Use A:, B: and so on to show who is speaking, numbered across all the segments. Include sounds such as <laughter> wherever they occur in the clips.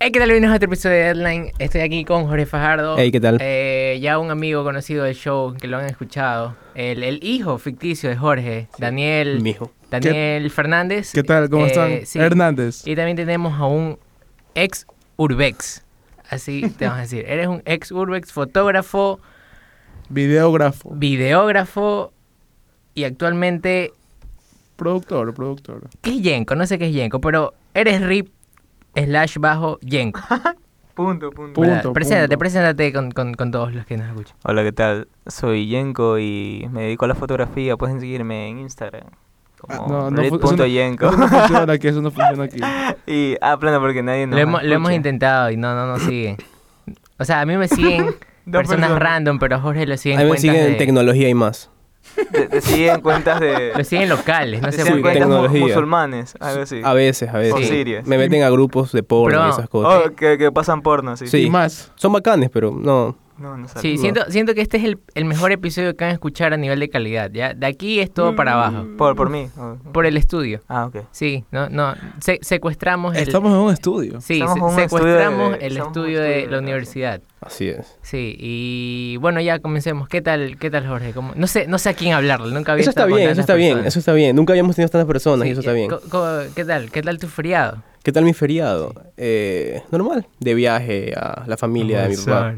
A: Hey, ¿qué tal? Bienvenidos a otro episodio de Deadline. Estoy aquí con Jorge Fajardo.
B: Hey, ¿qué tal?
A: Eh, ya un amigo conocido del show que lo han escuchado. El, el hijo ficticio de Jorge, Daniel.
B: Mi hijo.
A: Daniel Fernández.
C: ¿Qué tal? ¿Cómo
A: Eh,
C: están?
A: sí.
C: Hernández.
A: Y también tenemos a un ex Urbex.
C: <laughs>
A: Así te vamos a decir. Eres un ex Urbex, fotógrafo,
C: Videógrafo.
A: videógrafo y actualmente.
C: productor, productor.
A: ¿Qué es Yenko? No sé qué es Yenko, pero eres RIP slash bajo
C: <laughs>
A: Yenko.
D: Punto, punto.
A: ¿verdad?
C: Punto,
A: preséntate,
C: punto.
A: preséntate con, con- con todos los que nos escuchan.
D: Hola, ¿qué tal? Soy Yenko y me dedico a la fotografía. Pueden seguirme en Instagram como
C: Ah, No, no fu-
D: red
C: eso
D: punto
C: no-
D: Yenko.
C: Eso no funciona aquí, eso no funciona aquí.
D: <laughs> y, ah, plano, porque nadie nos
A: lo, hemos, lo hemos
D: escucha.
A: intentado y no, no nos siguen. O sea, a mí me
D: <laughs>
A: siguen
D: Dos
A: personas
D: personas.
A: random, pero a Jorge lo
B: A
A: siguen
B: mí me
A: cuentas
B: siguen en
A: de-
B: tecnología y más.
D: Te, te siguen cuentas
A: <laughs>
D: de...
A: Lo siguen locales, no
D: te
A: sé
D: siguen
B: Sí,
A: por qué.
D: cuentas mu-
B: tecnología.
D: musulmanes, algo así.
B: A veces, a veces.
A: Sí.
D: Sirius.
B: Me meten a grupos de porno
A: Pero-
B: y esas cosas.
D: Oh, que, que pasan porno, sí.
B: Sí.
C: Y más.
B: Son bacanes, pero no.
D: No, no sale.
A: Sí, siento, siento que este es el, el mejor episodio que van a escuchar a nivel de calidad, ¿ya? De aquí es todo
D: Mm.
A: para abajo,
D: Por, por mí. oh.
A: por el estudio.
D: Ah, ok.
A: Sí, no, no, se- secuestramos el...
C: Estamos en un estudio.
A: sí,
D: estamos
A: se-
D: en un estudio
A: secuestramos
D: de-
A: el
D: estamos en un
A: estudio de
D: estudio
A: la
D: de-
A: universidad.
B: Así es.
A: Sí, y bueno, ya comencemos. ¿Qué tal, qué tal Jorge? ¿Cómo- No sé, no sé a quién hablarle, nunca había
B: Eso está
A: estado con
B: bien, eso
A: tantas
B: está bien,
A: personas.
B: eso está bien. Nunca habíamos tenido tantas personas
A: Sí,
B: y eso está
A: eh,
B: bien.
A: co- co- ¿Qué tal? ¿Qué tal tu feriado?
B: ¿Qué tal mi feriado? Eh, normal. De viaje a la familia de mi papá.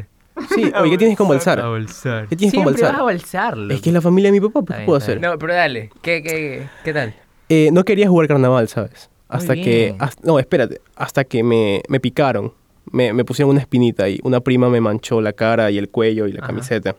B: Sí, oye, ¿qué tienes que conversar?
A: balsar.
B: ¿Qué tienes que
A: Siempre vas a
B: conversar?
A: balsarlo.
B: Es que es la familia de mi papá,
A: Está
B: pues, ¿qué
A: bien,
B: puedo
A: está
B: hacer?
A: bien. No, pero dale. ¿Qué, qué, qué tal?
B: Eh, no quería jugar carnaval, ¿sabes? Hasta
A: Muy
B: que...
A: bien.
B: hasta- no, espérate. Hasta que me, me picaron. Me, me pusieron una espinita y una prima me manchó la cara y el cuello y la
A: Ajá.
B: camiseta.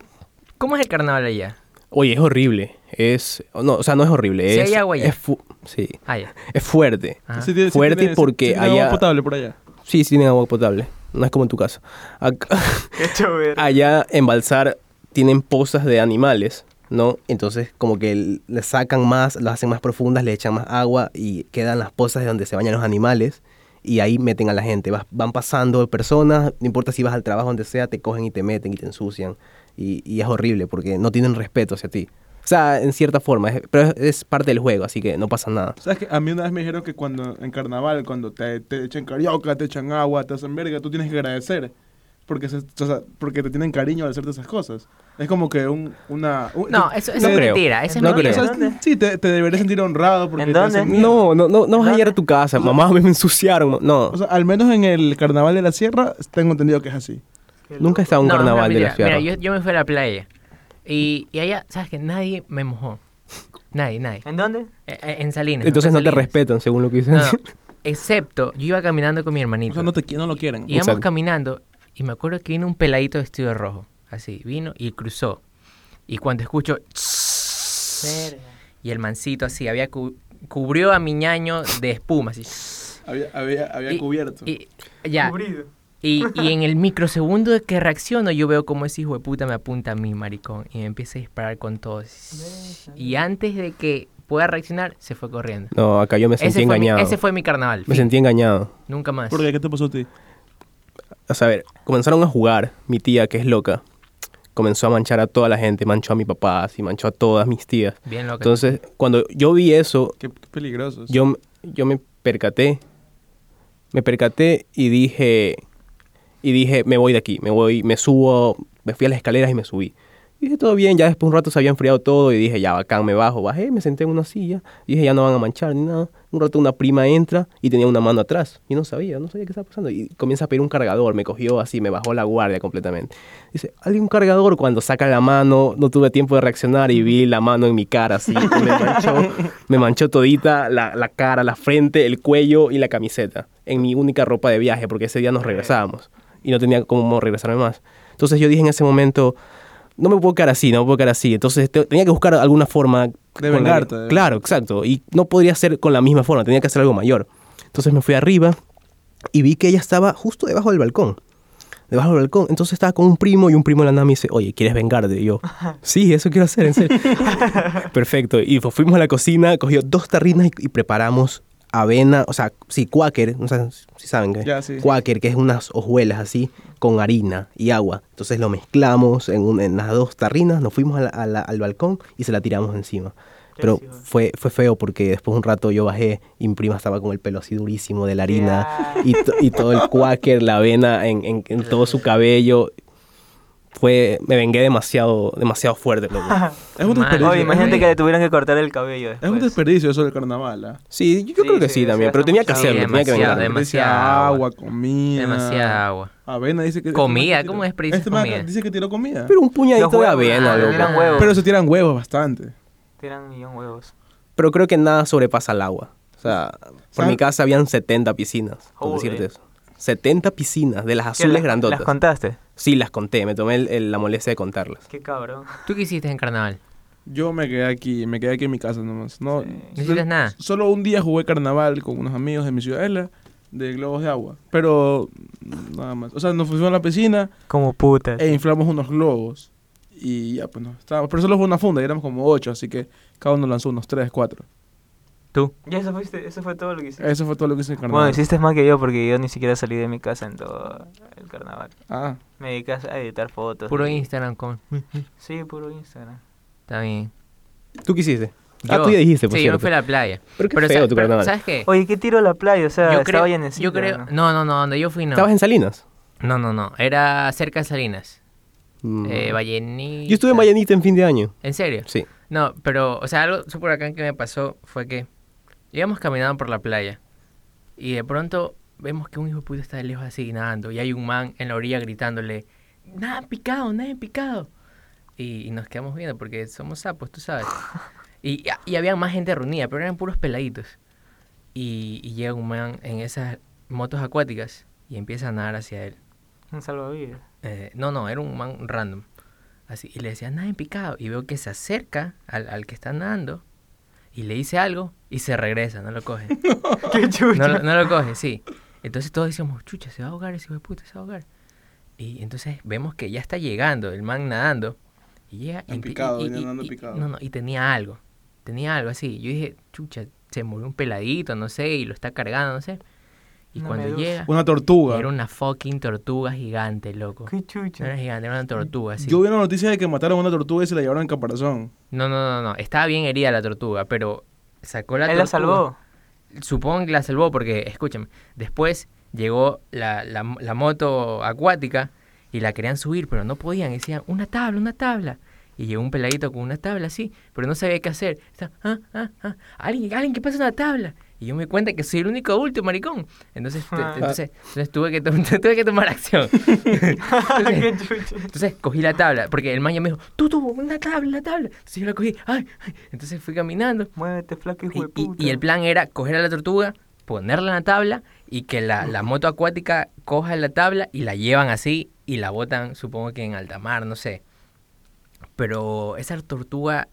A: ¿Cómo es el carnaval allá?
B: Oye, es horrible. Es... No, o sea, no es horrible.
A: Sí,
B: es,
A: hay agua ya.
B: es fu- sí.
A: Ah, ya.
B: Es fuerte.
A: Ajá.
C: Sí tiene- sí
B: Fuerte
C: tiene- sí-
B: porque
C: sí tiene agua
B: allá-
C: potable por allá.
B: Sí, sí tienen agua potable. No es como en tu casa. Acá-
D: <laughs>
B: <laughs>
D: Qué chover.
B: allá en Balsar tienen pozas de animales, ¿no? Entonces como que l- le sacan más, las hacen más profundas, le echan más agua y quedan las pozas de donde se bañan los animales y ahí meten a la gente. Vas- van pasando personas, no importa si vas al trabajo, donde sea, te cogen y te meten y te ensucian. Y, y es horrible porque no tienen respeto hacia ti. O sea, en cierta forma, es- pero es, es parte del juego, así que no pasa nada.
C: ¿Sabes que A mí una vez me dijeron que cuando en carnaval, cuando te, te echan carioca, te echan agua, te hacen verga, tú tienes que agradecer. Porque, se- o sea, porque te tienen cariño al hacerte esas cosas. Es como que un, una... un-
A: No,
C: te-
A: eso, eso es
B: creo.
A: mentira. Eso es
B: No
C: o
A: mentira.
C: sea,
D: ¿Dónde?
C: Sí, te, te deberías sentir honrado porque
D: ¿En
C: te
D: dónde?
C: hacen mierda.
B: No, no, no, no vas a
D: No,
B: llegar a tu casa. Mamá, me ensuciaron. ma- No,
C: O sea, al menos en el carnaval de la sierra tengo entendido que es así.
B: nunca he estado en un
A: No, no,
B: carnaval de
A: mentira.
B: la ciudad.
A: Mira, yo, yo me fui a la playa. Y, y allá, ¿sabes qué? Nadie me mojó. Nadie, nadie.
D: ¿En dónde?
A: Eh, eh, en Salinas.
B: Entonces
A: me
B: no
A: fui a
B: te
A: Salinas.
B: respetan, según lo que dicen.
A: No,
B: <laughs>
A: no. Excepto, yo iba caminando con mi hermanito.
C: O sea, no, te, qui- no lo quieren.
A: Íbamos
B: Exacto.
A: caminando y me acuerdo que vino un peladito vestido de rojo. Así, vino y cruzó. Y cuando escucho... Y el mancito así, había cu- cubrió a mi ñaño de espuma. Así,
C: Había, había, había
A: Y-
C: cubierto.
A: y, ya. Y, y en el microsegundo de que reacciono, yo veo como ese hijo de puta me apunta a mí, maricón. Y me empieza a disparar con todo. Y antes de que pueda reaccionar, se fue corriendo.
B: No, acá yo me sentí
A: Ese fue, mi,
B: engañado.
A: ese fue mi carnaval.
B: Me
A: fin.
B: sentí engañado.
A: Nunca más.
C: ¿Por qué? ¿Qué te pasó a ti?
B: O sea, a ver, comenzaron a jugar. Mi tía, que es loca, comenzó a manchar a toda la gente. Manchó a mi papá, así, manchó a todas mis tías.
A: Bien loco.
B: Entonces, cuando yo vi eso,
C: Qué, qué peligrosos.
B: yo, m- yo me percaté. Me percaté y dije... Y dije, me voy de aquí. Me voy, me subo. Me fui a las escaleras y me subí. Y dije, todo bien. Ya después un rato se había enfriado todo. Y dije, ya, bacán, me bajo. Bajé, me senté en una silla. Dije, ya no van a manchar ni nada. Un rato una prima entra y tenía una mano atrás. Y no sabía, no sabía qué estaba pasando. Y comienza a pedir un cargador. Me cogió así, me bajó la guardia completamente. Dice, hay un cargador. Cuando saca la mano, no tuve tiempo de reaccionar y vi la mano en mi cara así. y Me manchó, me manchó todita la, la cara, la frente, el cuello y la camiseta. En mi única ropa de viaje, porque ese día nos regresábamos. Y no tenía cómo regresarme más. Entonces yo dije en ese momento, no me puedo quedar así, no me puedo quedar así. Entonces te- tenía que buscar alguna forma... con la-
C: vengarte, de-
B: Claro, exacto. Y no podría ser con la misma forma, tenía que hacer algo mayor. Entonces me fui arriba y vi que ella estaba justo debajo del balcón. Debajo del balcón. Entonces estaba con un primo y un primo de la nada me dice, oye, ¿quieres vengarte? Y yo, sí, eso quiero hacer, en
C: <laughs>
B: serio. Perfecto. Y fu- fuimos a la cocina, cogió dos tarrinas y, y preparamos avena, o sea, sí, cuáquer, no sé si saben qué.
C: Ya, sí.
B: Quaker, que es unas hojuelas así, con harina y agua. Entonces lo mezclamos en, un- en las dos tarrinas, nos fuimos a la- a la- al balcón y se la tiramos encima. Pero fue, fue feo porque después de un rato yo bajé y mi prima estaba con el pelo así durísimo de la harina y, to- y todo el cuáquer, la avena en, en- en todo su cabello. Fue, me vengué demasiado, demasiado fuerte,
D: <laughs>
B: loco.
C: Es un
A: Mal.
C: desperdicio.
A: Oye, pues.
D: Oye, imagínate
A: güey.
D: que le tuvieran que cortar el cabello
C: Es un
D: después.
C: desperdicio eso del carnaval, ¿ah?
B: Sí, yo, yo
D: Sí,
B: creo que
D: sí,
B: sí,
D: sí,
B: también,
D: hace
B: pero tenía que
D: mucho. Sí,
B: hacerlo, tenía que
A: demasiado,
B: vengarme.
A: Demasiada
C: Demasiada
A: agua.
C: agua, comida.
A: Demasiada agua.
C: Avena dice que.
A: Comida,
C: este man que
A: ¿cómo
C: tiró-
A: desperdicias
C: este man
A: comida?
C: Dice que tiró comida.
B: Pero un puñadito de
D: huevos,
B: avena,
D: ah, tiran
B: loco.
D: huevos.
C: Pero se tiran huevos bastante.
D: Tiran un millón huevos.
B: Pero creo que nada sobrepasa el agua. O sea, por
C: ¿Sabes?
B: mi casa habían 70 piscinas, por
D: Joder.
B: decirte eso. 70 piscinas de las
D: ¿Qué,
B: azules
D: la-
B: grandotas.
D: ¿Las contaste?
B: Sí, las conté, me tomé el- el- la molestia de contarlas.
D: Qué cabrón.
A: ¿Tú qué hiciste en carnaval?
C: Yo me quedé aquí, me quedé aquí en mi casa nomás. No,
D: Sí.
A: No hiciste nada.
C: Solo un día jugué carnaval con unos amigos de mi ciudadela de globos de agua. Pero nada más. O sea, nos fuimos a la piscina
D: Como putas.
C: e inflamos unos globos. Y ya, pues no. Estábamos, pero solo fue una funda y éramos como ocho, así que cada uno lanzó unos tres, cuatro.
A: ¿Tú?
D: Ya eso, fuiste, eso fue todo lo que hiciste.
C: Eso fue todo lo que hice en carnaval.
D: Bueno, hiciste más que yo porque yo ni siquiera salí de mi casa en todo el carnaval.
C: Ah,
D: Me dediqué a editar fotos.
A: Puro
D: y-
A: Instagram con...
D: Sí, puro Instagram.
A: Está bien.
B: ¿Tú qué hiciste? Ah,
A: Yo-
B: tú ya dijiste, por
A: sí, yo me
B: cierto.
A: fui a la playa.
B: Pero qué
A: sa-
B: feo tu carnaval.
A: ¿Sabes qué?
D: Oye, ¿qué tiro a la playa? O sea,
A: Eh. yo creo,
D: estaba llenecito,
A: yo creo,
D: ¿no?
A: no, no, no, donde yo fui no.
B: ¿Estabas en Salinas?
A: No, no, no, era cerca de Salinas,
B: Mm.
A: eh, Vallenita.
B: Yo estuve en Vallenita en fin de año.
A: ¿En serio?
B: Sí.
A: No, pero, o sea, algo súper acá que me pasó fue que íbamos caminando por la playa y de pronto vemos que un hijo de puta está de lejos así nadando y hay un man en la orilla gritándole, nada han picado, nada han picado. Y, y nos quedamos viendo porque somos sapos, tú sabes. Y, y había más gente reunida, pero eran puros peladitos. Y, y llega un man en esas motos acuáticas y empieza a nadar hacia él.
D: Un salvavidas.
A: <laughs> Eh, no, no, era un man random. Así, y le decía, nada en picado. Y veo que se acerca al, al que está nadando y le dice algo y se regresa, no lo
C: <laughs>
A: coge.
D: Qué
A: no,
D: chucha.
A: lo- no lo coge, sí. Entonces todos decíamos, chucha, se va a ahogar ese hijo de puta, se va a ahogar. Y entonces vemos que ya está llegando el man nadando. Y llega y,
C: En
A: empie-
C: picado,
A: y-
C: venía
A: y-
C: nadando
A: y-
C: picado.
A: No, no, y tenía algo. Tenía algo así. Yo dije, chucha, se murió un peladito, no sé, y lo está cargando, no sé. Y
D: Una
A: cuando
D: medusa.
A: llega,
C: una tortuga.
A: era una fucking tortuga gigante, loco.
D: Qué
A: No
D: chucha.
A: era gigante, era una tortuga, sí.
C: Yo vi una noticia de que mataron a una tortuga y se la llevaron en caparazón.
A: No, no, no, no. Estaba bien herida la tortuga, pero sacó la
D: Él
A: tortuga.
D: la salvó.
A: Supongo que la salvó porque, escúchame, después llegó la, la- la moto acuática y la querían subir, pero no podían. Decían, una tabla, una tabla. Y llegó un peladito con una tabla así, pero no sabía qué hacer. Está, "Ah, ah, ah, Alguien, alguien que pase una tabla. Y yo me di cuenta que soy el único adulto, maricón. Entonces, tu-
D: Ah.
A: entonces, entonces tuve, que tom- <laughs> tuve que tomar acción.
D: <laughs> Qué chucha.
A: Entonces cogí la tabla, porque el man ya me dijo, tú, tú, una tabla, una tabla. Entonces yo la cogí, ay, ay. Entonces fui caminando.
D: Muévete, flaco, hijo
A: Y,
D: de
A: y-
D: puta.
A: y el plan era coger a la tortuga, ponerla en la tabla y que la, la moto acuática coja la tabla y la llevan así y la botan, supongo que en alta mar, no sé. Pero esa tortuga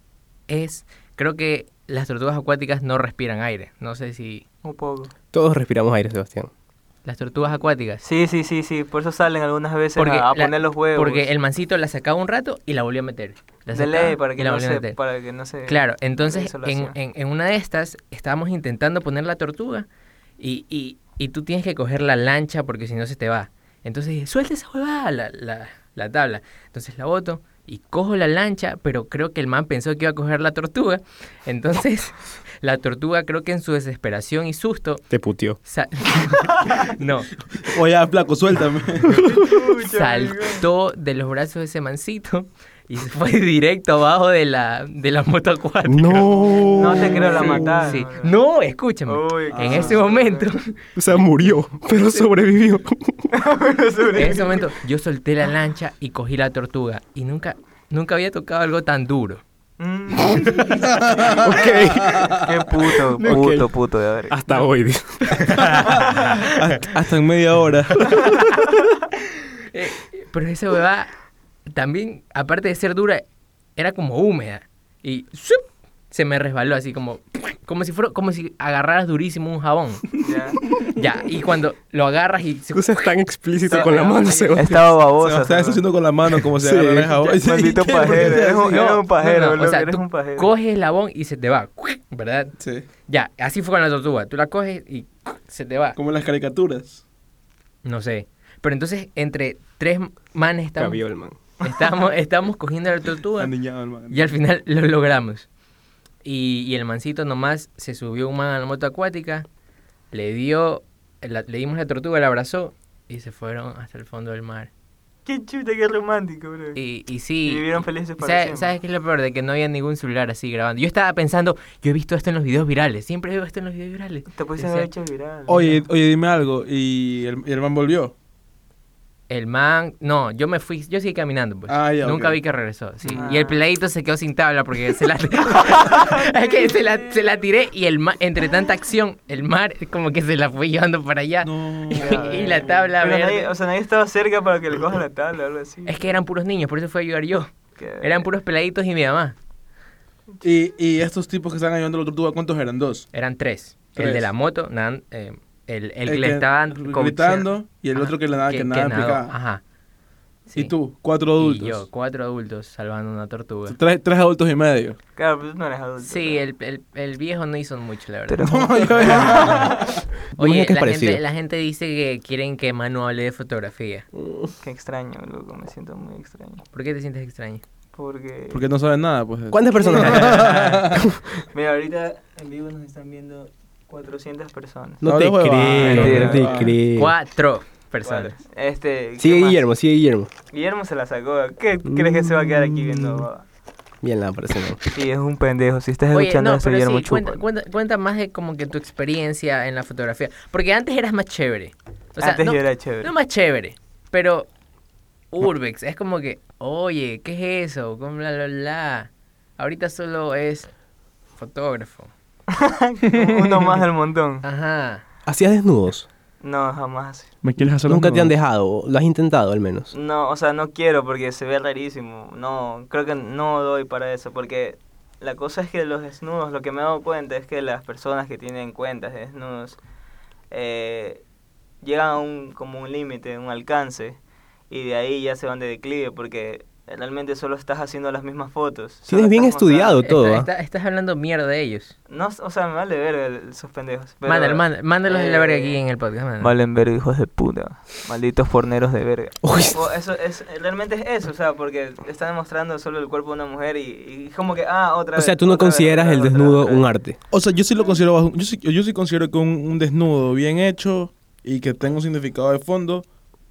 A: es, creo que las tortugas acuáticas no respiran aire. No sé si
D: Un poco.
B: Todos respiramos aire, Sebastián.
A: las tortugas acuáticas.
D: Sí, sí, sí, sí. Por eso salen algunas veces a, a
A: la-
D: poner los huevos.
A: porque el mancito la sacaba un rato y la volvió a meter. La
D: de
A: sacaba
D: ley para
A: y
D: que,
A: la
D: no
A: volvió a
D: se,
A: meter.
D: para que no se...
A: Claro, entonces en,
D: Isolación.
A: en- en una de estas estábamos intentando poner la tortuga y, y- y tú tienes que coger la lancha porque si no se te va. Entonces dije, suelta esa huevada, la, la- la tabla. Entonces la boto y cojo la lancha, pero creo que el man pensó que iba a coger la tortuga. Entonces <laughs> la tortuga creo que en su desesperación y susto...
B: Te putió.
A: sa- <laughs> no,
C: Oye, ya, flaco,
D: <laughs>
C: suéltame.
A: saltó de los brazos de ese mancito y se fue <laughs> directo abajo de la, de la moto acuática.
B: ¡No!
D: No te creo la
A: Sí,
D: mataron.
A: sí. No, escúchame.
D: Uy,
A: en
D: qué
A: ese
D: susto. <laughs>
A: momento,
B: O sea, murió, pero sobrevivió.
A: en ese momento, yo solté la lancha y cogí la tortuga. Y nunca, nunca había tocado algo tan duro.
D: Mm,
B: ok.
D: qué
C: <laughs>
D: puto, puto, puto de haber.
B: Hasta hoy. dice.
C: hasta, hasta en media hora.
A: Eh, Pero esa huevada también, aparte de ser dura, era como húmeda. Y ¡zup! se me resbaló así como, como si fuera, como si agarraras durísimo un jabón. <laughs>
D: Ya.
A: Ya, y cuando lo agarras y se
B: Tú seas tan explícito con la mano, Sebastián.
D: Estaba babosa.
C: Estás
D: ¿no?
C: haciendo con la mano como si
B: Sí.
C: agarrara el jabón. Sí, <laughs>
D: Maldito
C: ¿qué? ¿Por qué
D: pajero,
C: te
D: eres un-
C: haces?
D: eres un pajero,
A: No, no,
D: loco,
A: o sea,
D: eres
A: tú
D: un pajero.
A: coges el jabón y se te va, ¿verdad?
C: Sí,
A: Ya, así fue con la tortuga. Tú la coges y se te va.
C: como las caricaturas.
A: No sé. Pero entonces, entre tres manes estamos, <laughs>
B: Cabió el man.
A: estamos, estamos cogiendo la tortuga
C: Aniñado, hermano.
A: y al final lo logramos. Y, y el mancito nomás se subió un man a la moto acuática, le dio, la- le dimos la tortuga, la abrazó y se fueron hasta el fondo del mar.
D: Qué chuta, qué romántico, bro.
A: Y, y sí.
D: Y vivieron felices para
A: ¿sabe-
D: siempre.
A: ¿Sabes qué es lo peor? De que no había ningún celular así grabando. Yo estaba pensando, yo he visto esto en los videos virales. Siempre veo esto en los videos virales.
D: Te pudiste
A: Decía,
D: haber hecho viral.
C: Oye, oye, dime algo. Y el, y el man volvió.
A: El man, no, yo me fui, yo seguí caminando, pues.
C: Ah, ya,
A: Nunca
C: ok.
A: vi que regresó, sí.
D: Ah.
A: Y el peladito se quedó sin tabla porque se la, <laughs> es que se la, se la tiré y el ma- entre tanta acción, el mar como que se la fue llevando para allá.
C: No.
A: <laughs> Y- y la tabla
D: Pero
A: verde.
D: nadie- o sea, nadie estaba cerca para que le coja la tabla o algo así.
A: Es que eran puros niños, por eso fue a ayudar yo.
D: Que-
A: Eran puros peladitos y mi mamá.
C: Y, y estos tipos que estaban ayudando a la tortuga, ¿cuántos eran? Dos.
A: Eran tres. El
C: Tres.
A: de la moto, nadan- eh, el, el que
C: El
A: le estaban coacheando.
C: gritando y el
A: Ajá,
C: otro que le nada que, nada
A: nadó,
C: picaba.
A: Ajá.
C: Y
A: Sí.
C: tú, cuatro
A: Y
C: adultos.
A: yo, cuatro adultos salvando una tortuga.
C: tres, tres adultos
A: <laughs>
C: y medio. <laughs>
D: Claro, pues no eres adulto.
A: Sí, el, el, el viejo no hizo mucho, la verdad.
D: Pero-
C: No, yo-
A: Oye,
B: Imagina que es
A: la gente,
B: parecido.
A: la gente dice que quieren que Manu hable de fotografía.
D: Qué extraño, loco. Me siento muy extraño.
A: ¿Por qué te sientes extraño?
D: Porque.
C: Porque no saben nada, pues.
B: ¿Cuántas personas?
D: Mira, ahorita en vivo nos están viendo 400 personas.
B: <laughs> no
C: No,
B: te
C: de huevada,
B: creo, no
D: mentira.
B: te creo.
A: Cuatro personas.
D: Cuatro. Este. ¿qué
B: Sigue
D: más?
B: Guillermo, sigue Guillermo.
D: Guillermo se la sacó. ¿Qué crees que se va a quedar aquí viendo?
B: Mm.
D: boba?
B: Bien la persona.
D: Sí, es un pendejo. Si estás
A: Oye,
D: escuchando
A: no,
D: esto,
A: pero
D: Guillermo
A: sí,
D: chupa.
A: cuenta, cuenta, cuenta más de como que tu experiencia en la fotografía. Porque antes eras más chévere. O sea,
D: Antes
A: no,
D: yo era chévere.
A: no más chévere, pero Urbex es como que, oye, ¿qué es eso? Con bla, bla, bla. Ahorita solo es fotógrafo.
D: <laughs> Uno
A: <laughs>
D: más al montón.
A: Ajá.
B: ¿Hacías desnudos?
D: No, jamás.
C: ¿Me quieres hacer
B: Nunca te han dejado. Lo has intentado al menos.
D: No, o sea, no quiero porque se ve rarísimo. No, creo que no doy para eso porque la cosa es que los desnudos, lo que me he dado cuenta es que las personas que tienen cuentas de desnudos eh, llegan a un, como un límite, un alcance y de ahí ya se van de declive porque realmente solo estás haciendo las mismas fotos.
B: Sí,
D: solo
B: eres bien
D: estás mostrando-
B: estudiado. todo,
A: Está-
B: ¿ah?
A: está- estás hablando mierda de ellos.
D: No, o sea, me vale ver esos pendejos. pero-
A: Mándalo, mándalo, mándalos de la verga
D: Eh,
A: aquí en el podcast. mándalo.
D: Valen verga, hijos de puta. Malditos forneros
A: <laughs>
D: de verga.
B: Uy.
D: O eso es, realmente es eso, o sea, porque está demostrando solo el cuerpo de una mujer y, y como que, ah, otra
B: O sea,
D: vez,
B: tú no
D: otra vez,
B: consideras
D: otra
B: el
D: vez, otra
B: desnudo
D: vez, otra
B: un
D: vez.
B: arte.
C: O sea, yo sí lo considero bajo- yo sí, yo sí considero que un, un desnudo bien hecho y que tenga un significado de fondo,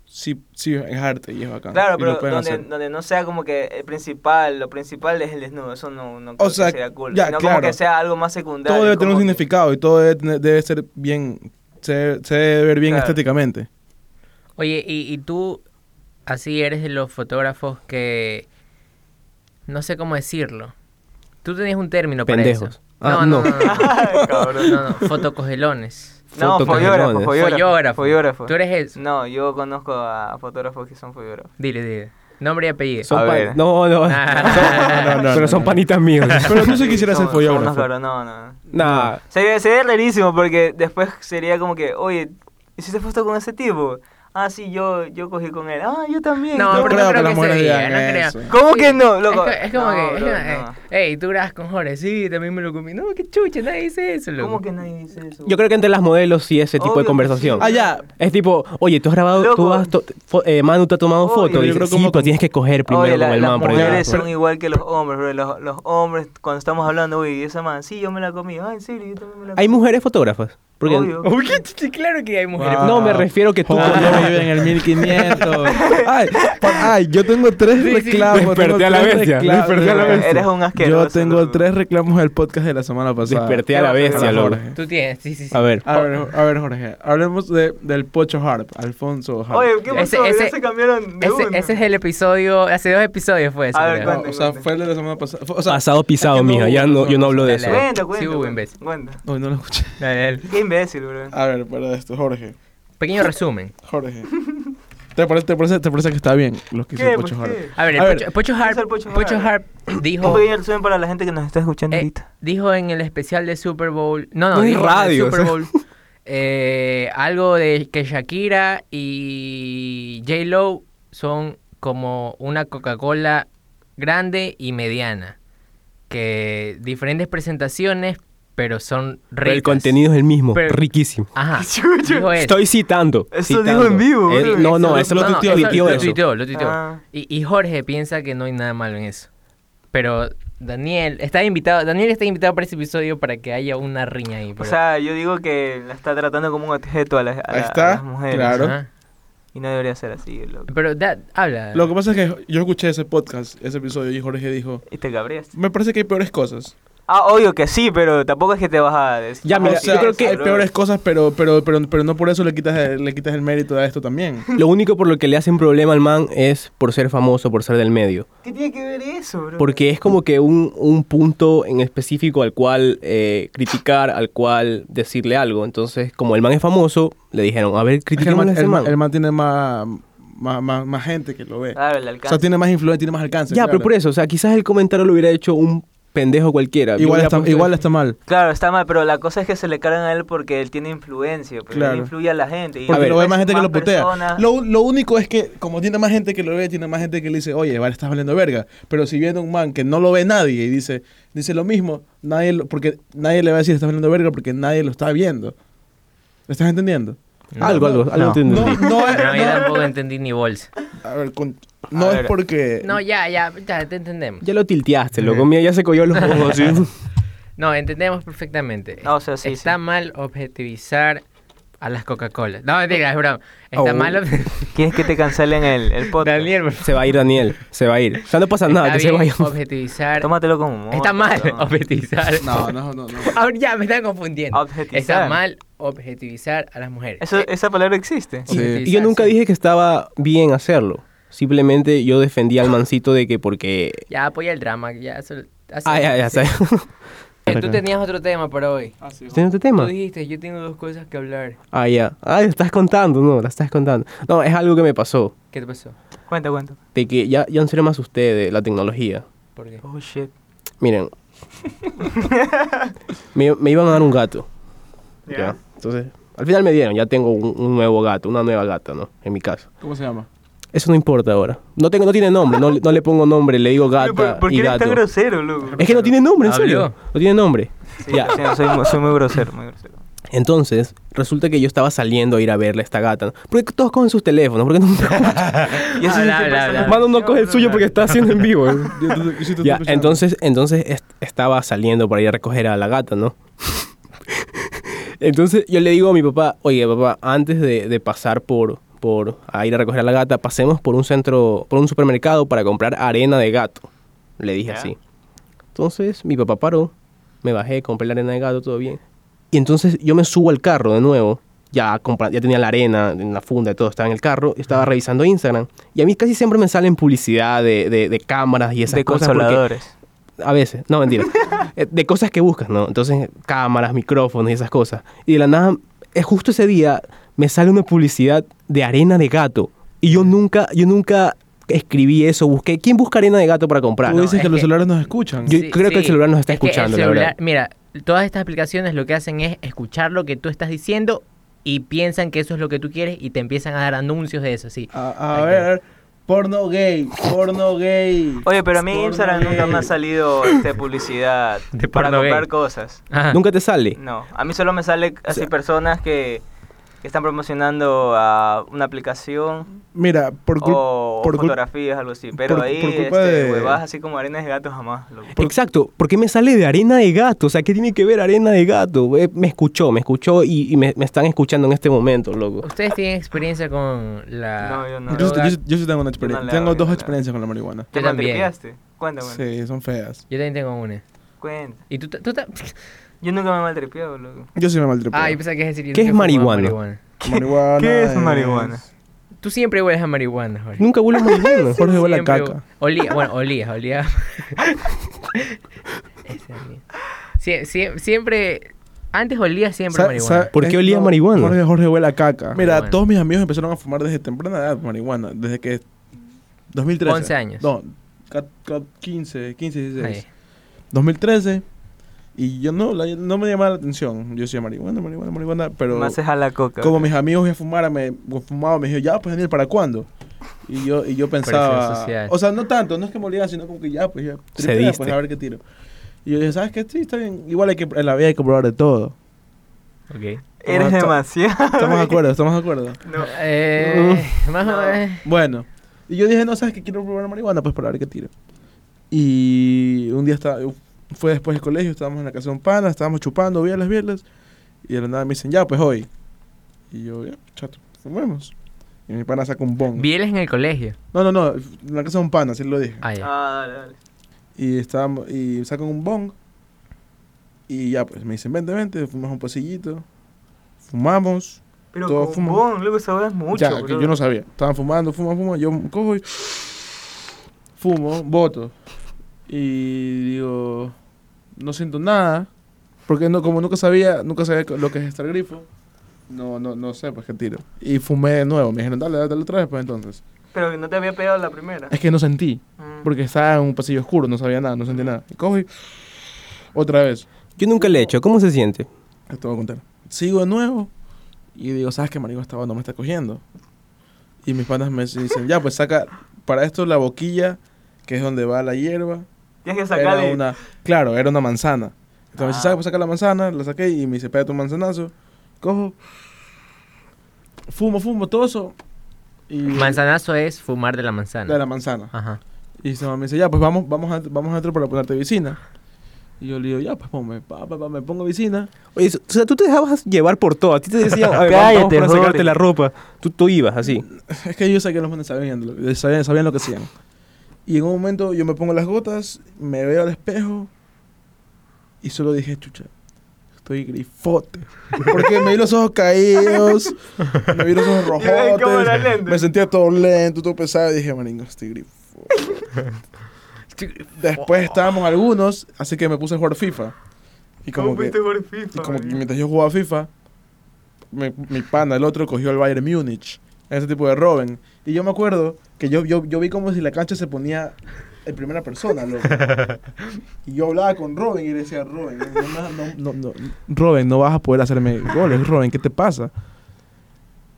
C: sí, sí es arte y es bacán.
D: Claro,
C: y lo
D: pero
C: pueden
D: donde,
C: hacer.
D: donde no sea como que el principal, lo principal es el desnudo, eso no, no creo
C: sea,
D: que sea cool.
C: ya,
D: sino
C: claro.
D: como que sea algo más secundario.
C: Todo debe tener un
D: como que-
C: significado y todo debe, tener- debe ser bien, se, debe- se debe ver bien
D: Claro.
C: estéticamente.
A: Oye, y, y tú, así eres de los fotógrafos que. No sé cómo decirlo. Tú tenías un término para
B: Pendejos.
A: eso.
B: Ah,
A: no, no, no,
B: no.
A: no, no.
D: <laughs> Ay, cabrón.
A: No, no, fotocogelones.
D: No, fotógrafo,
B: Fotocañones.
D: fotógrafo.
A: Follógrafo. Tú eres eso.
D: No, yo conozco a fotógrafos que son fotógrafos.
A: Dile, dile. Nombre y apellido.
B: Son
D: A
B: pan-
D: ver.
B: No, no.
A: Ah.
C: No, no, no,
B: Pero
C: no,
B: son
C: no.
B: panitas míos.
C: <laughs> Pero
D: <laughs>
C: tú sí quisieras
D: Sí,
C: ser
D: son- son unos
C: follógrafo.
D: cabrones, No, no, no.
B: Nah.
D: Sería, sería rarísimo porque después sería como que, oye, ¿hiciste foto con ese tipo? Ah, sí, yo, yo cogí con él. Ah, yo también.
A: No,
C: No
A: pero
C: creo
A: no
C: que
A: creo que,
C: las
A: se
C: mujeres
A: diga,
C: digan
A: no creo.
C: eso.
D: ¿Cómo que no,
A: Es,
D: loco?
A: co- es como
D: No,
A: que, es
D: bro,
A: como, eh,
D: no.
A: hey, tú grabas con Jorge, sí, también me lo comí. No, qué chucha, nadie dice eso, loco.
D: ¿Cómo que nadie dice eso?
B: Yo creo que entre las modelos sí ese tipo
D: Obvio
B: de
D: que
B: conversación.
D: sí.
C: Ah, ya.
B: Es tipo, oye, tú has grabado, tú
D: Loco.
B: has to- fo- eh, Manu, tú has tomado
D: Oye,
B: foto.
D: yo
B: Y dice,
C: creo
B: sí,
C: como-
B: pero tienes que coger primero
D: Oye, la-
B: con el
D: las
B: man. para llegar a
D: mujeres
B: tu-
D: son igual que los hombres, bro. Los, los hombres, cuando estamos hablando, uy, esa man, sí, yo me la comí. Ah, en serio, yo también me la comí.
B: Hay mujeres fotógrafas. Porque
D: Obvio.
A: <laughs> Uy, qué chucha, claro que hay mujeres.
C: Wow.
B: No, me refiero que tú
C: Joder,
B: conoces-
C: yo vivo en el 1500. Ay, pa- ay, yo tengo tres
A: Sí, sí.
C: reclamos.
B: Desperté
C: tengo
B: a la
C: tres
B: bestia,
C: reclamos.
B: desperté a la bestia.
D: Eres un asqueroso,
C: Yo tengo
D: loco.
C: tres reclamos del podcast de la semana pasada.
B: desperté a la
D: ¿Qué vas a
B: bestia,
D: hacer?
B: loco.
A: Tú tienes, sí, sí, sí.
B: <laughs> A ver.
C: A ver, a ver, Jorge, hablemos de, del Pocho Harp, Alfonso Harp.
D: Oye, ¿qué pasó?
A: Ese-
D: Ya
A: ese-
D: se cambiaron de
A: Ese,
D: uno.
A: ese es el episodio, hace dos episodios fue eso.
D: A ver,
A: creo.
C: No,
D: cuenta.
C: o sea, fue el de la semana pasada. Fue- O sea,
B: Pasado pisado,
C: es que no
B: mija. Ya
C: hubo-
B: no, yo no hablo de
A: Dale,
B: eso.
A: a ver.
D: Cuenta, cuenta.
A: Sí hubo
D: cuenta,
A: imbécil.
D: Cuenta.
C: Uy, no lo escuché.
A: Dale, dale.
D: Qué imbécil, bro.
C: A ver, para esto, Jorge.
A: Pequeño resumen.
C: Jorge. ¿Te parece, te parece, te parece que está bien lo que hizo
D: ¿Qué?
C: el
D: ¿Por
C: Pocho
D: qué?
C: Harp?
A: A ver, el
C: A ver.
A: Pocho, Pocho
D: ¿Qué hizo
A: Harp,
D: el Pocho
A: Pocho
D: Harp?
A: Harp
D: Un
A: dijo,
D: pequeño resumen para la gente que nos está escuchando
A: eh,
D: ahorita.
A: dijo en el especial de Super Bowl, no, no,
B: No hay
A: dijo en el
B: radio, o
A: Super <laughs>
B: sea.
A: Bowl eh, algo de que Shakira y J Lo son como una Coca-Cola grande y mediana, que diferentes presentaciones, pero son ricas.
B: Pero el contenido es el mismo.
A: Pero- pues,
B: Riquísimo.
D: <laughs>
A: Ajá.
D: Chucho.
A: dijo eso.
B: Estoy citando.
D: Eso dijo
B: citando.
D: en vivo,
B: Eh,
D: bro.
B: no, no, eso
C: Eso lo
B: lo
A: No, no,
B: tuiteó
A: eso
B: tuiteó
A: lo
B: eso.
A: tuiteó, lo tuiteó.
D: Ah.
A: Y, y Jorge piensa que no hay nada malo en eso. Pero Daniel está invitado, Daniel está invitado para ese episodio para que haya una riña ahí.
D: O
A: pero-
D: sea, yo digo que la está tratando como un objeto a, las- a
C: Ahí
D: la- a
C: está,
D: las mujeres.
C: claro.
A: Ajá.
D: Y no debería ser así, loco.
A: ¿ah? Pero da- habla.
C: Lo que pasa es que yo escuché ese podcast, ese episodio, y Jorge dijo,
D: Y te cabreas.
C: me parece que hay peores cosas.
D: Ah, obvio que sí, pero tampoco es que te vas a decir.
B: Ya,
D: "No,
B: mira,
C: o
D: sí,
C: sea,
B: yo creo
D: eso,
B: que
C: hay
D: bro".
C: peores cosas, pero, pero, pero, pero no por eso le quitas, el- le quitas el mérito a esto también.
B: Lo único por lo que le hacen problema al man es por ser famoso, por ser del medio.
D: ¿Qué tiene que ver eso, bro?
B: Porque es como que un, un punto en específico al cual eh, criticar, al cual decirle algo. Entonces, como el man es famoso, le dijeron, a ver,
C: Es que el,
B: critiquemos
C: man,
B: a ese
C: el man-
B: man.
C: el man tiene más, más, más, más gente que lo ve.
D: Claro, el
C: o
D: alcance.
C: sea, tiene más influencia, tiene más alcance.
B: ya,
C: claro.
B: pero por eso, o sea, quizás el comentario lo hubiera hecho un pendejo cualquiera. Yo
C: Igual
B: hubiera
C: está,
B: puesto-
C: igual está mal.
D: Claro, está mal, pero la cosa es que se le cargan a él porque él tiene influencia, porque
C: Claro.
D: él influye a la gente. Y
C: Porque
B: ver,
C: lo ve más gente
D: aparecen
C: que lo putea.
D: personas.
C: Lo, lo único es que, como tiene más gente que lo ve, tiene más gente que le dice, oye, vale, estás valiendo verga. Pero si viene un man que no lo ve nadie y dice, dice lo mismo, nadie lo- porque nadie le va a decir, estás valiendo verga porque nadie lo está viendo. ¿Me estás entendiendo?
A: No.
B: Algo, algo, algo
A: No.
B: te entendí.
C: No, no es,
A: No, yo
C: no-
A: tampoco entendí ni
B: <laughs>
A: bolsa.
B: Eh,
C: a ver, con- no
D: A
C: es
D: ver.
C: porque...
A: No, ya, ya, ya, te entendemos.
B: Ya lo tilteaste, loco. Mira, ya se cogió los ojos.
C: <laughs>
B: así.
A: No, entendemos perfectamente.
D: No, o sea, sí,
A: Está
D: sí.
A: mal objetivizar a las Coca-Cola. No, mentira, es broma. Está
B: Oh.
A: mal ob-
D: <laughs> ¿Quieres que te cancelen el, el podcast?
A: Daniel, por
B: Se va a ir Daniel, se va a ir. O sea, <laughs> no pasa nada,
A: está
B: que se
A: bien
B: vaya.
A: objetivizar.
D: Tómatelo como humor,
A: Está mal
D: cabrón.
A: objetivizar.
C: no, no, no. no.
A: <laughs> Ahora ya me están confundiendo.
D: Objetivizar.
A: Está mal objetivizar a las mujeres. Eh,
D: Eso- esa palabra existe.
C: Sí.
B: Y yo nunca dije que estaba bien hacerlo. Simplemente yo defendía al mancito de que porque...
A: Ya apoya el drama. Ya, eso- así-
B: Ah, ya, Ah. ya,
A: sí.
B: ¿sabes?
A: Eh, Tú tenías otro tema para hoy.
B: ¿Tienes
A: Tú
B: tu tema?
A: dijiste, yo tengo dos cosas que hablar.
B: Ah, ya. Ah, estás contando, no, la estás contando. No, es algo que me pasó.
A: ¿Qué te pasó?
D: Cuenta, cuenta.
B: De que ya, ya en serio me asusté de la tecnología.
A: ¿Por qué?
D: Oh, shit.
B: Miren. me, me iban a dar un gato.
D: Ya.
B: Ya. Entonces, al final me dieron. Ya tengo un, un nuevo gato, una nueva gata, ¿no? En mi casa.
C: ¿Cómo se llama?
B: Eso no importa ahora. No, tengo, no tiene nombre. No, le- no le pongo nombre. Le digo gata
D: Oye, ¿Por, por
B: y
D: qué eres
B: gato.
D: tan grosero, loco?
B: Es que no tiene nombre, en serio.
A: Habló.
B: No tiene nombre.
D: Sí,
B: Ya.
D: lo siento, soy, mu- soy muy grosero, muy grosero.
B: Entonces, resulta que yo estaba saliendo a ir a verle a esta gata. ¿no? Porque todos cogen sus teléfonos. Porque no,
D: <laughs> Y eso sí
A: Habla,
D: estoy
A: habla,
D: pasando-
A: habla.
B: Mano no coge el suyo porque está haciendo en vivo. ¿eh?
C: Yo te- yo sí te estoy
B: Ya,
C: escuchando.
B: entonces, entonces est- estaba saliendo para ir a recoger a la gata, ¿no? <laughs> entonces yo le digo a mi papá, oye papá, antes de, de pasar por, por a ir a recoger a la gata, pasemos por un centro, por un supermercado para comprar arena de gato. Le dije
D: Ya.
B: así. Entonces mi papá paró, me bajé, compré la arena de gato, todo bien. Y entonces yo me subo al carro de nuevo. Ya, compra- ya tenía la arena, en la funda y todo, estaba en el carro. y Estaba revisando Instagram. Y a mí casi siempre me salen publicidad de, de- de cámaras y esas
D: De
B: cosas. porque-
D: consoladores.
B: a veces, no, mentira. Eh, de cosas que buscas, ¿no? Entonces, cámaras, micrófonos y esas cosas. Y de la nada, es justo ese día, me sale una publicidad de arena de gato. Y yo nunca, yo nunca escribí eso, busqué. ¿Quién busca arena de gato para comprar?
C: Tú
A: No,
C: dices
A: es
C: que los
A: que-
C: celulares nos escuchan.
B: Yo- creo que el celular nos está
A: Es que el
B: escuchando, la
A: celular-
B: verdad.
A: Mira, todas estas aplicaciones lo que hacen es escuchar lo que tú estás diciendo y piensan que eso es lo que tú quieres y te empiezan a dar anuncios de eso,
B: Ah,
A: sí.
C: A, a ver, porno gay, porno gay.
D: Oye, pero a mí en
C: Porno
D: Instagram nunca
C: gay.
D: me ha salido
C: <laughs>
D: este, publicidad
A: De
D: para
A: porno gay.
D: comprar cosas.
A: Ajá.
B: eh, Nunca te sale.
D: No, a mí solo me sale así personas que, que están promocionando a una aplicación
C: Mira, por culpa...
D: o, o
C: por cul-
D: fotografías, algo así. Pero
C: por-
D: ahí,
C: por culpa
D: este,
C: de-
D: huevadas así como arenas de gatos jamás. loco.
B: Exacto, ¿por qué me sale de arena de gato? O sea, ¿qué tiene que ver arena de gato? Eh, me escuchó, me escuchó y, y me, me están escuchando en este momento, loco.
A: ¿Ustedes tienen experiencia con la
D: No, yo no.
A: droga? Yo,
C: Yo, sí- yo sí- yo sí tengo una experiencia.
D: Yo no le
C: tengo
D: hago, yo
C: dos
D: no le
C: experiencias con la marihuana.
D: ¿Te
A: Yo también.
D: maltripeaste? Cuéntame,
C: Sí, son feas.
A: también tengo una.
D: cuenta.
A: ¿Y tú, ta- tú ta-
D: Yo nunca me he maltripeado, loco.
C: Yo sí me maltripeo.
A: Ah, yo pensaba que es decir... yo
B: ¿Qué es
A: nunca he fumado
B: marihuana?
C: Marihuana
D: pues, ¿Qué es marihuana?
A: Tú siempre hueles a marihuana, Jorge.
B: Nunca huele marihuana.
C: Jorge huele a
A: Siempre
C: caca.
A: hu- Olía, bueno, olía, olía.
C: <laughs>
A: Ese es mío. Sie- sie- siempre... Antes olía siempre a
C: Sa-
A: marihuana.
C: sa-
B: ¿Por qué
C: eh,
B: olía a marihuana?
C: Jorge, Jorge huele a caca. Mira,
A: Marihuana.
C: todos mis amigos empezaron a fumar desde temprana edad marihuana. Desde que... 2013.
A: 11 años.
C: No, ca- ca- 15, 15, 16.
A: Ahí.
C: 2013. Y yo no, la- no me llamaba la atención. Yo decía marihuana, marihuana, marihuana. Pero...
D: Más es a la coca.
C: Como mis amigos ya fumaran, me o fumaban, me dijeron, ya, pues Daniel, ¿para cuándo? Y yo, y yo pensaba.
A: social.
C: O sea, no tanto, no es que me obligaban, sino como que ya, pues ya. tripea,
B: Cediste.
C: Pues a ver qué tiro. Y yo dije, ¿sabes qué? Sí, está bien. Igual hay que, en la vida hay que probar de todo.
A: Ok.
D: Eres
C: Como-
D: demasiado.
C: Estamos de acuerdo, estamos de acuerdo.
D: No.
A: Eh, más o
D: No.
A: menos.
C: Bueno. Y yo dije, no, ¿sabes qué? Quiero probar marihuana, pues para ver qué tiro. Y un día estaba, fue después del colegio, estábamos en la casa de un pana, estábamos chupando viernes, viernes. Y de la nada me dicen, ya, pues hoy. Y yo, ya, chato, fumemos. Y mi pana saca un bong.
A: Vienes en el colegio.
C: No, no, no, en la casa de un pana, así lo dije.
A: Ah, ya.
D: Ah, dale, dale.
C: Y estábamos, y sacan un bong. Y ya, pues me dicen, vente, vente, fumas un pocillito. Fumamos.
D: Pero
C: Todos
D: con
C: fuman.
D: bon, luego esa hueá es mucho,
C: ya, que
D: bro.
C: yo no sabía. Estaban fumando, fuman, fuman. Yo cojo y fumo, voto. Y digo, no siento nada. Porque no, como nunca sabía, nunca sabía lo que es estar grifo. No, no, no sé, pues qué tiro. Y fumé de nuevo. Me dijeron, dale, dale, dale otra vez, pues entonces.
D: Pero no te había pegado la primera.
C: Es que no sentí.
D: Mm.
C: Porque estaba en un pasillo oscuro, no sabía nada, no sentí nada. Y cojo y otra vez.
B: <laughs> Yo nunca le he hecho. ¿Cómo se siente?
C: Ya Te voy a contar. Sigo de nuevo y digo, ¿sabes qué, marico? Esta no me está cogiendo. Y mis panas me dicen, ya, pues saca para esto la boquilla, que es donde va la hierba.
D: Tienes que
C: Era
D: sacarle.
C: una, claro, era una manzana. Entonces me
D: Ah.
C: dice, ¿sabes? Pues saca la manzana, la saqué y me dice, pega tu manzanazo. Cojo, fumo, fumo, todo eso. Y
A: Manzanazo es fumar de la manzana.
C: De la manzana.
A: Ajá.
C: Y se me dice, ya, pues vamos, vamos, a, vamos adentro para ponerte vicina. Y yo le digo, ya, pues ponme, pa, pa, pa, me pongo vicina.
B: Oye, s- o sea, tú te dejabas llevar por todo. A ti te decían, a ver, vamos-
A: Cállate,
B: vamos para
A: Jorge.
B: sacarte la ropa. Tú, tú ibas así.
C: <laughs> Es que yo sé que los manes sabían, lo- eh, sabían, sabían lo que hacían. Y en un momento yo me pongo las gotas, me veo al espejo y solo dije, chucha, estoy grifote. Porque me vi los ojos caídos, me vi los ojos
D: Ay, qué buena
C: rojotes,
D: lente.
C: me sentía todo lento, todo pesado. Y dije, maringo, estoy grifote. Después estábamos algunos, así que me puse a jugar FIFA. Y como
D: ¿Cómo
C: que...
D: fuiste por
C: Y
D: FIFA,
C: como que
D: marico?
C: mientras yo jugaba FIFA, mi, mi pana, el otro, cogió al Bayern Múnich. Ese tipo de Robin. Y yo me acuerdo que yo, yo, yo vi como si la cancha se ponía en primera persona, loco.
D: <laughs>
C: Y yo hablaba con Robin y le decía, Robin, no, me- no, no, no, Robin, no vas a poder hacerme goles, Robin, ¿qué te pasa?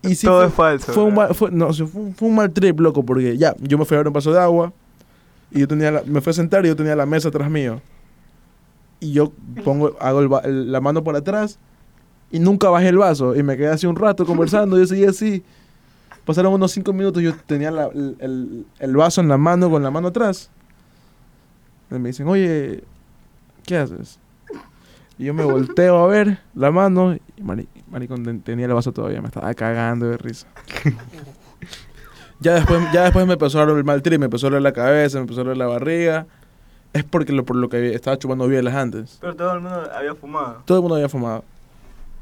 C: Y sí
D: Todo
C: fue-
D: es falso.
C: fue un,
D: bro.
C: mal, fue, no, o sea, fue, un- fue un mal trip, loco, porque ya, yo me fui a ver un vaso de agua y yo tenía la- me fui a sentar y yo tenía la mesa atrás mío. Y yo pongo, hago el va- el- la mano por atrás y nunca bajé el vaso. Y me quedé así un rato conversando, yo seguía así. Pasaron unos cinco minutos, yo tenía la- el, el- el vaso en la mano, con la mano atrás. Y me dicen, oye, ¿qué haces? Y yo me volteo a ver la mano y mari- maricón ten- tenía el vaso todavía, me estaba cagando de risa. ya, después, ya después me empezó a doler el mal trip, me empezó a doler la cabeza, me empezó a doler la barriga. Es porque lo, por lo que estaba chupando bielas antes.
D: Pero todo el mundo había fumado.
C: Todo el mundo había fumado.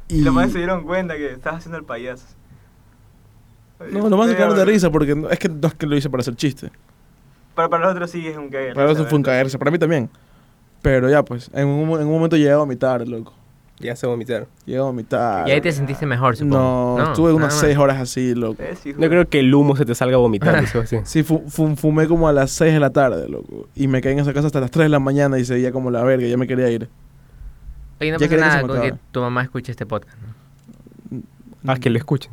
D: Y los manes se dieron cuenta que estabas haciendo el payaso.
C: No, lo más se
D: Pero-
C: quedaron de risa porque no- es que no es que lo hice para hacer chiste.
D: Para, para los otros sí es un caer.
C: Para eso fue un caerse, para mí también. Pero ya pues, en un, mo- en un momento llegué a vomitar, loco.
B: Ya se vomitaron.
C: Llegué a vomitar.
A: Y ahí te sentiste mejor,
C: no,
A: supongo.
C: estuve unas
A: nada
C: seis
A: más.
C: horas así, loco.
D: Eh,
B: No creo que el humo se te salga vomitando. <laughs> Sebastián.
C: Sí, fu- fu- fumé como a las 6 de la tarde, loco. Y me quedé en esa casa hasta las 3 de la mañana y seguía como la verga, ya me quería ir.
A: Oye, no
C: Ya
A: pasa
C: quería que
A: nada
C: se
A: con que
C: mataba.
A: tu mamá escuche este podcast.
C: <laughs>
A: ¿no?
B: Ah, que lo escuchen.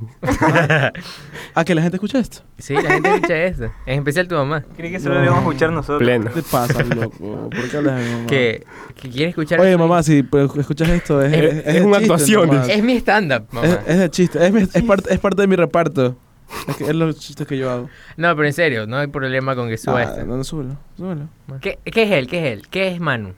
C: Ah, que la gente escucha esto.
A: Sí, la gente escucha esto. En especial tu mamá.
D: Creí que solo lo íbamos a escuchar nosotros.
B: Pleno.
C: ¿Qué te pasa, loco? ¿Por qué hablas de mi mamá?
A: Que, que quiere escuchar.
C: Oye, mamá, si pues, escuchas esto, es,
B: Es-
C: es,
B: es
C: de
B: una
C: chiste,
B: actuación.
C: nomás.
A: Es mi
C: <laughs>
A: stand-up, mamá.
C: Es, es de chiste, es, mi- es parte, es parte de mi reparto. Es, que es los chistes que yo hago.
A: No, pero en serio, no hay problema con que suba
C: Ah,
D: este.
A: esto.
C: no, no, súbelo, súbelo.
A: ¿Qué, qué es él? ¿Qué es él? ¿Qué es Manu?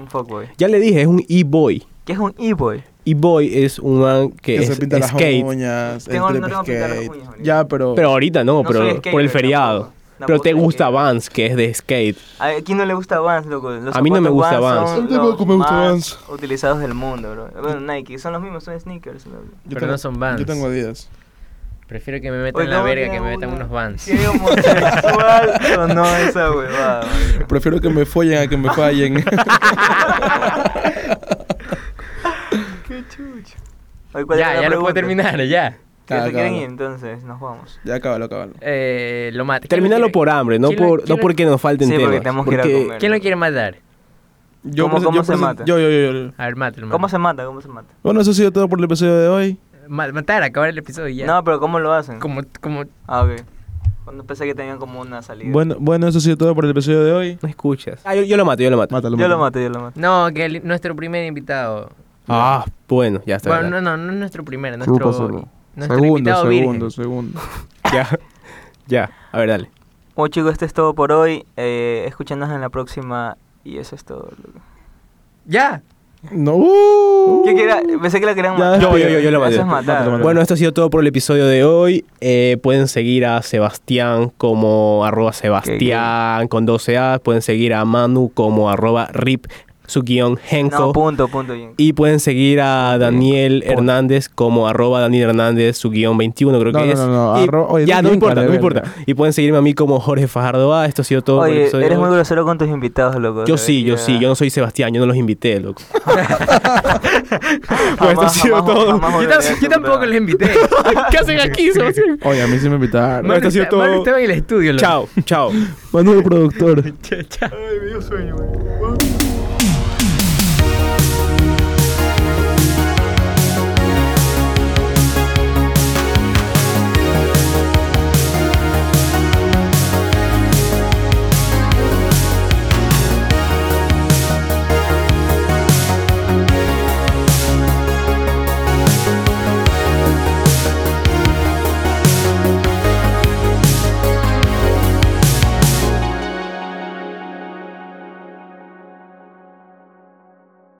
D: Un fuckboy.
B: <laughs> Ya le dije, es un e-boy.
D: ¿Qué es un e, e-boy?
B: E-boy es un man que,
C: Que
B: es
C: se pinta las
B: skate.
C: uñas, el
D: Tengo- no
C: trip
D: tengo pintar las
C: skate.
D: uñas, marico.
C: ya, pero...
B: Pero ahorita no,
D: No soy
B: pero
D: skater
B: por el feriado.
D: tampoco.
B: Pero
D: Tampoco
B: te
D: soy
B: gusta
D: skater.
B: Vans, que es de skate.
D: A ver, ¿quién no le gusta Vans, loco? Los
B: A mí no me
D: zapatos
B: gusta Vans.
D: son
C: A mí tampoco
D: los
C: me gusta
D: más
C: Vans.
D: Utilizados del mundo, bro. Bueno, Nike, son los mismos, son sneakers. bro.
C: yo
A: pero
C: tengo-
A: no son Vans.
C: Yo tengo
D: <laughs>
C: días.
A: Prefiero que me metan
D: Oye,
A: la
D: no,
A: verga
D: mira,
A: que me metan
D: una-
A: unos Vans.
D: Si es homosexual o no esa huevada, marico.
C: Prefiero que me follen a que me
D: <laughs>
C: fallen. <laughs>
D: Qué chucho. Oye, ¿cuál era
A: <laughs> Ya,
D: la
A: ya lo puedo
D: pregunta?
A: terminar, ya.
D: ¿Qué
C: Ah,
D: se quieren
C: acábalo.
D: ir entonces? Nos vamos.
C: ya, acábalo, acábalo.
A: Eh, lo mata. ¿Quién lo
B: Terminalo
A: quiere-
B: por hambre, no,
A: ¿Quién lo-
B: por,
A: quién
B: no
A: lo-
B: porque nos falten
D: Sí, porque
B: temas.
D: tenemos que ir a
B: porque-
D: comer.
A: ¿Quién lo quiere matar?
D: ¿Cómo-
C: presen-
D: cómo se
C: presen-
D: mata?
C: Yo, yo, yo, yo.
A: A ver, mátalo. mátalo.
D: ¿Cómo se mata? ¿Cómo se mata?
C: Bueno, eso ha sido todo por el episodio de hoy.
A: Ma- matar, acabar el episodio y ya.
D: No, pero ¿cómo lo hacen?
A: Como, como...
D: Ah, ok. Cuando pensé que tenían como una salida.
C: Bueno, bueno, eso ha sido todo por el episodio de
D: <laughs>
C: hoy.
B: No escuchas. Ah, yo, yo lo mato, yo lo mato.
C: Mátalo.
D: yo lo
C: mátalo.
D: maté, yo lo maté.
A: No, que el- nuestro primer invitado.
B: Ah, bueno, ya está.
A: Bueno,
B: ya.
A: no, no, no es nuestro primero,
C: ¿Cómo
A: nuestro,
C: pasó, no?
A: nuestro
C: segundo,
A: invitado
B: <laughs>
C: segundo,
A: virgen.
C: segundo.
B: Ya, ya. A ver, dale.
D: Bueno chicos, esto es todo por hoy. Eh, escúchanos en la próxima y eso es todo. loco.
A: ¡Ya!
C: No. uh.
D: ¿Qué quería? Pensé que la querían
C: Ya,
D: matar.
C: yo, yo, yo,
B: yo la
D: Eso
B: maté.
D: es matar.
C: Mátalo, mátalo.
B: Bueno, esto ha sido todo por el episodio de hoy. Eh, pueden seguir a Sebastián como arroba Sebastián con 12 A. Pueden seguir a Manu como arroba rip su guión Henko.
D: No, punto, punto. Jin.
B: y pueden seguir a Daniel
A: Por-
B: Hernández como arroba Daniel Hernández, su guión 21 creo
C: No,
B: que
C: no,
B: es.
C: no, no,
B: Y-
C: arro- oye,
B: ya, no
C: nunca
B: importa,
C: le
B: no
C: veo.
B: importa. Y pueden seguirme a mí como Jorge Fajardo A. Esto ha sido todo por el
D: Oye,
B: episodio de
D: eres muy eh,
B: hoy.
D: grosero con tus invitados, loco.
B: Yo sí, yo
D: Debería-
B: sí, yo no soy Sebastián, yo no los invité, loco. Pues <laughs> esto ha
D: Jamás,
B: sido
D: jamás,
B: todo.
D: jamás
A: Yo,
D: volveré a
A: tam- yo tampoco
D: acostumbrar.
A: les
D: <laughs>
A: invité.
B: ¿Qué hacen aquí, Sebastián?
C: Oye, a mí sí me invitaron.
B: No, esto ha sido
A: Manu está- Manu
B: todo.
A: estaba en el estudio. loco.
B: Chao, chao.
C: Manuel productor.
A: Chao.
D: Ay, me dio sueño, güey.